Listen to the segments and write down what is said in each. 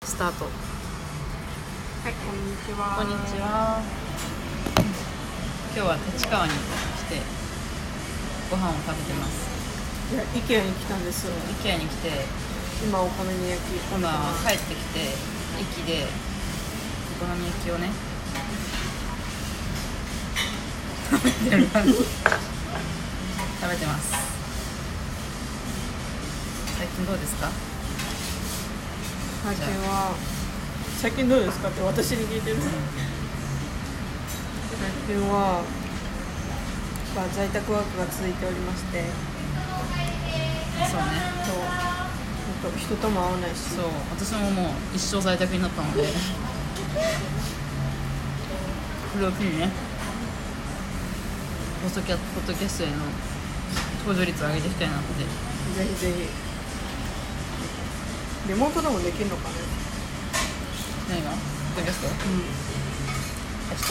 タートはい、こんにちは。こんにち。は今日は立川に来てご飯を食べてますいや、イケアに来たんですよ。 IKEA に来て今お米に焼き込んで今ます。帰ってきて駅でお好み焼きをね食べてます食べてます最近どうですか最近は。最近どうですかって私に聞いてる。最近は。まあ、在宅ワークが続いておりまして。そうねそう。本当人とも会わないし。そう私ももう一生在宅になったのでこれを機にねポッドキャポッドキャストへの登場率を上げていきたいなってぜひぜひ。リモートでもできるのかね。何がポッドキャスト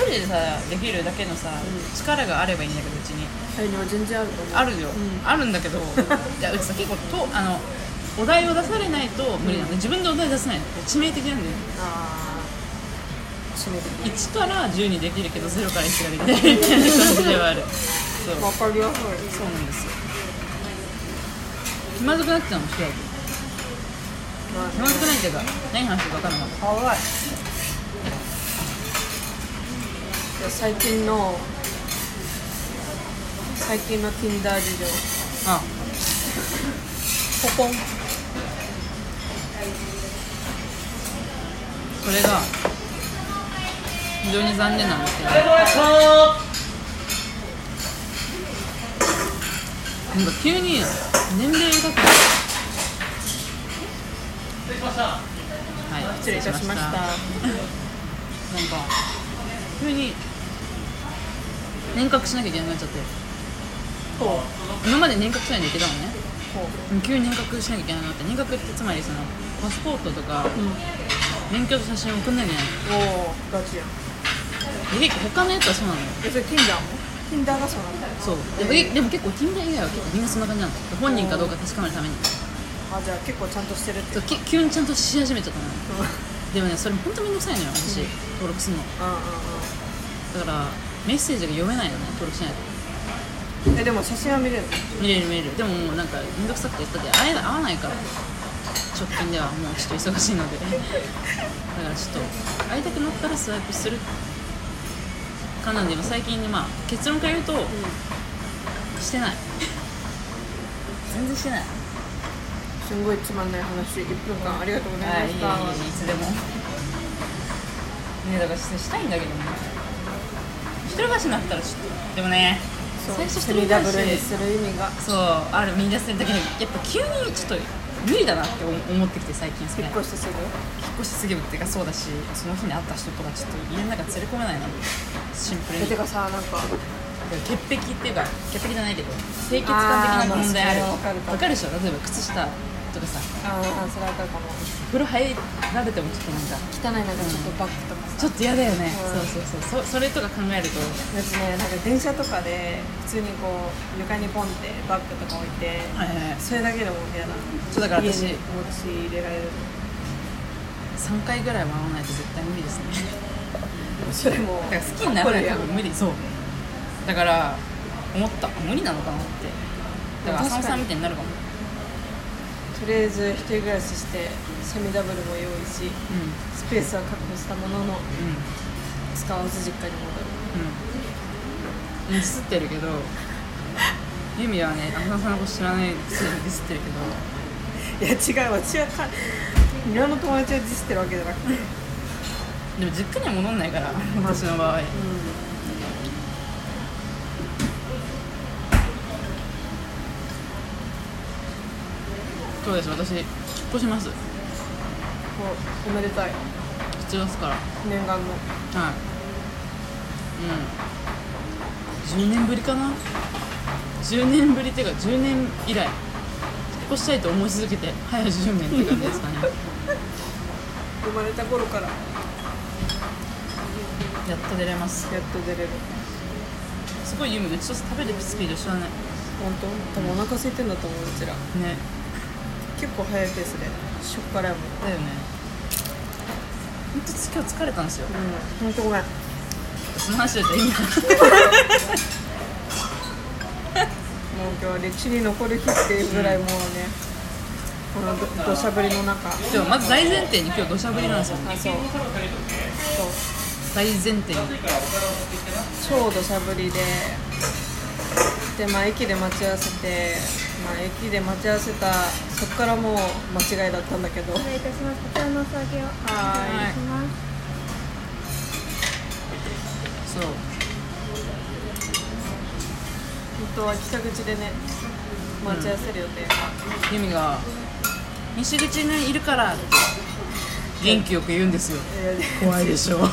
うん。一人でさできるだけのさ、力があればいいんだけどうちにはい、でも全然あると思う。あるよ、あるんだけ どいやうちさ結構とあのお題を出されないと無理なの、自分でお題出せないの致命的なんだよああ。締めて。 1から10にできるけど0から1ができないみたいな感じではあるそうわかりやすい。そうなんですよ気まずくなっちゃうのしら気まずくないっていうか何話してるか分からなかっかわいや最近の最近の Tinder 事情たあポコンそれが非常に残念なんですけどなんか急に年齢が高くはい失礼いたしましたなんか急に年賀しなきゃいけなくなっちゃってそう今まで年賀しないでいけたのねそう急に年賀しなきゃいけないなって年賀ってつまりそのパスポートとか、免許と写真送んないじゃないおーガチやんで結構他のやつはそうなのよえそれ Tinder も Tinder がそうなんだそうでもえでも結構 Tinder 以外は結構みんなそんな感じなの本人かどうか確かめるためにあじゃあ結構ちゃんとしてるってそうき急にちゃんとし始めちゃったのよでもねそれ本当めんどくさいのよ私、登録するのうんうんだからメッセージが読めないのね登録しないとうんうんえでも写真は見れる見れる見れるでももうなんかめんどくさくてだって会えな会わないから直近ではもうちょっと忙しいの でだからちょっと会いたくなったらスワイプするかなんでも最近ねまあ結論から言うと、してない全然してないすんごいつまんない話1分間ありがとうござはいい、まいえいえいしえいつたでも。ね、だから、したいんだけどね。一人暮らしになったら、ちょっと、でもね。そう最初一人セミ暮らダしブルにする意味がそう、ある、見出せるだけで、やっぱ急に、ちょっと。無理だなって思思ってきて最近それ引っ引っ越してすぐ越しすぎるっていうかそうだしその日に会った人とかちょっと家の中連れ込めないなシンプルえにて潔かさなんか癖っていうか潔癖じゃないけど清潔感的な問題あるあーまあそれはわかるかもわかるでしょ例えば靴下とかさああそれはわかるかも風呂入られてもちょっとなんか汚いなんかちょっとバッグとかちょっと嫌だよね、うんそうそうそうそそれとか考えると私ねなんか電車とかで普通にこう床にポンってバッグとか置いてはいはいはいそれだけでも嫌なそうだから私家に持ち入れられる3回ぐらいは会わないと絶対無理 ですねそれもだから好きになこらなれいや多分無理そうだから思った無理なのかなってだから確か浅に野さんみたいになるかもとりあえず一人暮らししてセミダブルも用意うしんスペースは確保したものうのん使わず実家に戻るうんディスってるけどユミはね浅野さんのこと知らないくせにディスってるけどいや違う私はか庭の友達をディスってるわけじゃなくてでも実家には戻んないから私の場合そうです私引っ越しますおおめでたい7月から念願はのい。うん。10年ぶりかな10年ぶりっていうか10年以来引っ越したいと思い続けて早10年って感じですかね生まれた頃からや やっと出れますっと出れるすごい有名うちと食べるスピード知らないね本当多分お腹空いてんだと思ううちら結構早いペースでしょっからやもんだよね本当今日疲れたんですよ本当ごめんその話だったら意味なかっもう今日歴史に残る日っていうぐらいもうね、このど土砂降りの中たでもまず大前提に今日土砂降りなんですよねあそうそう大前提に超土砂降りででまあ駅で待ち合わせてまあ駅で待ち合わせたそこからもう間違いだったんだけど失礼いたします。こちらのお下げをお願いします。そう本当は北口でね待ち合わせる予定が、由美が西口にいるからって元気よく言うんですよえー怖いでしょ本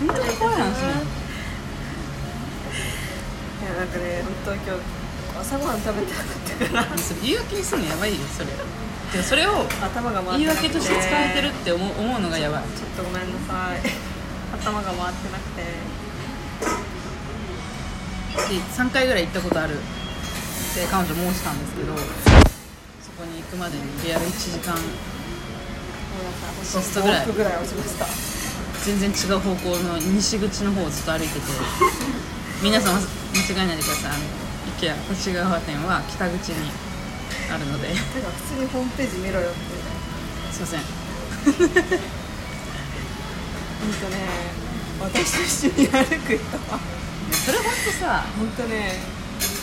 当に怖い話ねいやなんかね本当今日朝ごはん食べてなかったかそれ言い訳にするのやばいよそれでもそれをら頭が回言っていなくて訳として使えてるって思う思うのがやばいちょっとごめんなさい 頭が回ってなくてで3回ぐらい行ったことあるって彼女申したんですけどそこに行くまでにリアル1時間ごソフトぐらい往復ぐらい押しました全然違う方向の西口の方をずっと歩いてて皆さん間違えないでくださいあの IKEA 立川店は北口にあるのでてか普通にホームページ見ろよってすいませんほんとね私と一緒に歩く人はそれ本当さほんとね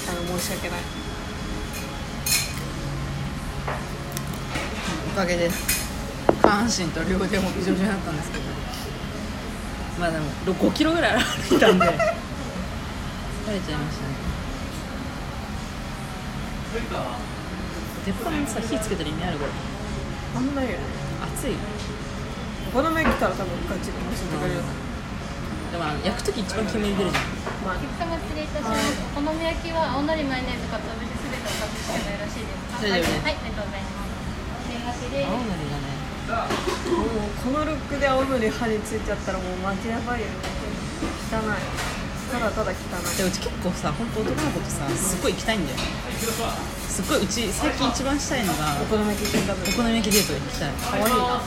あの申し訳ないおかげで下半身と両腕もびしょびしょになったんですけどまあでも5キロぐらい歩いたんで疲れちゃいましたね鉄板にさ火つけたら意味あるこれあんまないよね熱いよお好み焼き来たら多分ガチで教えてくれるよでもあの焼く時一番煙出るじゃんまあお客様失礼いたします。お好み焼きは青のりマヨネーズかつお節すべておかずしてもよろしいです大か。丈夫ですはい、ありがとうございます。お願いし青まのす。りがねもうこのルックで青のり歯についちゃったらもうマジやばいよね汚いただただ汚でうち結構さ本当男の子とさすっごい行きたいんだよねすっごいうち最近一番したいのがいお好み焼き食べお好み焼きデート行きたいかわいいな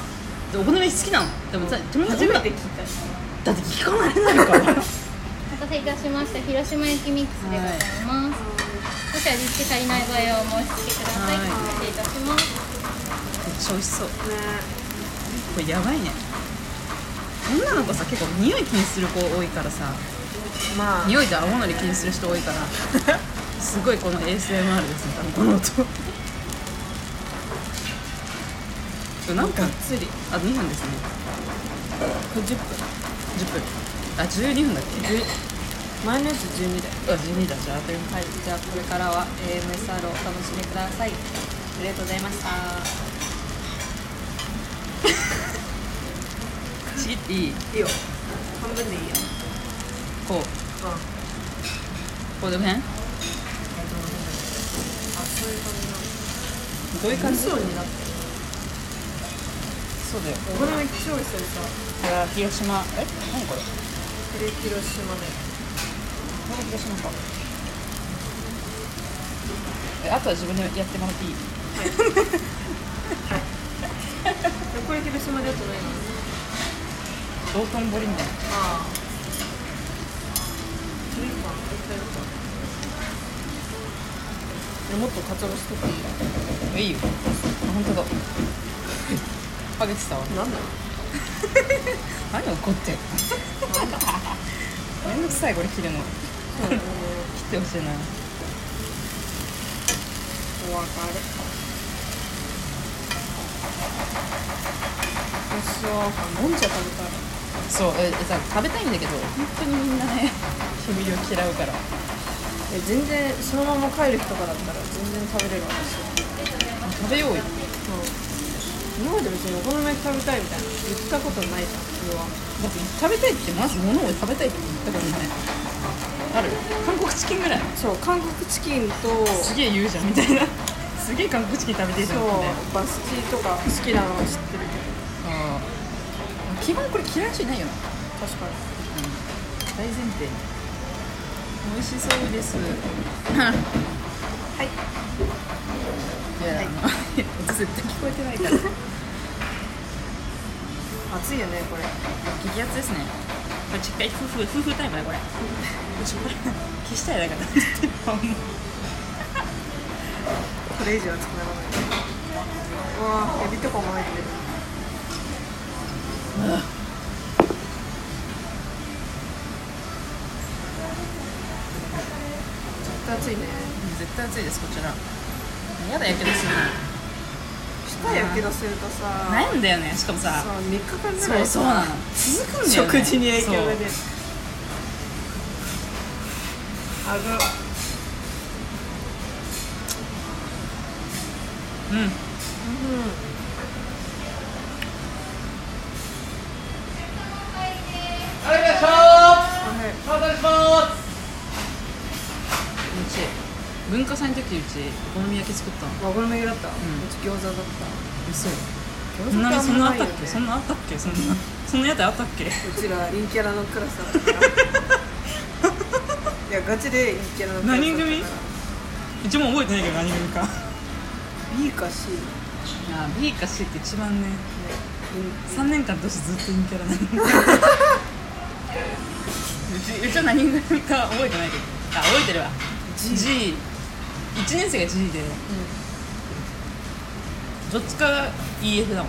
でお好み焼き好きなのでもさとりあえず初女めだて聞いたしって聞かれないからお待たせいたしました。広島焼きミックスでございます。もし味付け足りない場合はお申し付けください。はい失礼いたしまめす。っちゃ美味しそうねこれやばいね女の子さ結構匂い気にする子多いからさまあ匂いで青のり気にする人多いから すごいこの ASMR ですね多分この音そうなんかつりあ2分ですねこれ10分10分あ12分だっけマヨネーズ12だよあ12だじゃああと4分はいじゃあこれからは AMSR をお楽しみくださいありがとうございましたちぎっていいいいよ半分でいいよこううんあこうでもねそういう感じなどういう感じそうだよになってここれめっちゃ美味しそうでされは広島え何これここれ広島ねれ広島かえあとは自分でやってもらっていいこれ広島でやったないの道頓堀みたいなああそれいいか絶対だったえもっとかつお節とかいいよあ本当だハゲてたわなんだよ何怒ってんの めんどくさいこれ切るのうん切ってほしいなお別れ私はもんじゃ食べたいそうええさ食べたいんだけど本当にみんなね調味料嫌うからえ全然そのまま帰る人とかだったら全然食べれる私は食べようようん今まで別にお好み焼き食べたいみたいな言ったことないじゃんそれはだって食べたいってまず物を食べたいって言ったことないある韓国チキンぐらいそう韓国チキンとすげえ言うじゃんみたいなすげえ韓国チキン食べてるじそゃんうみたいなバスチーとか好きなのは知ってるけどあー基本これ嫌いな人いないよな確かに大前提美味しそうですはいいや、あの絶対聞こえてないから暑いよねこれ激アツですねこれ実家夫婦夫婦タイムだこれちょこれ消したいだからこれ以上暑くならないうわエビとかも入ってる絶対暑いね絶対暑いですこちら嫌だやけどする舌やけどするとさの悩んだよねしかもそさう3日間ぐそらういそうなのさ続くんだよね食事に影響が出るあぶそううんうはい、いらっしゃんはいいませ。お待たせします。うち文化祭の時うちお好み焼き作ったの和衣だった、うち餃子だっ嘘た餃そんなに子そんなあったっねけそんなあったっけそんなそんな屋台あったっけ うちら陰キャラのクラスだったから いやガチで陰キャラのクラ何スだったから組一番覚えてないけど何組か B か C ねあ B か C って一番ね3年間としてずっと陰キャラ なのうちうちは何組か覚えてないけどあ覚えてるわ G G1 年生が G で、どっちかが EF だもん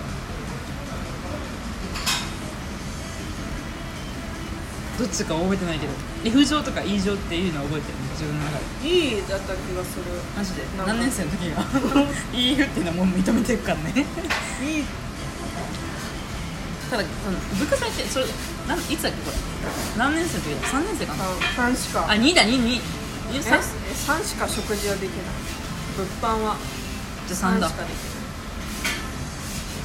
どっちか覚えてないけど F 乗とか E 乗っていうのは覚えてる自分の中で E だった気がするマジでなんか何年生の時が EF っていうのはもう認めてるからね E ただその部活ってそれなんいつだっけこれ何年生の時だ3年生かな3しかあ2だ22ええ3しか食事はできない物販はじゃあ3だしかできない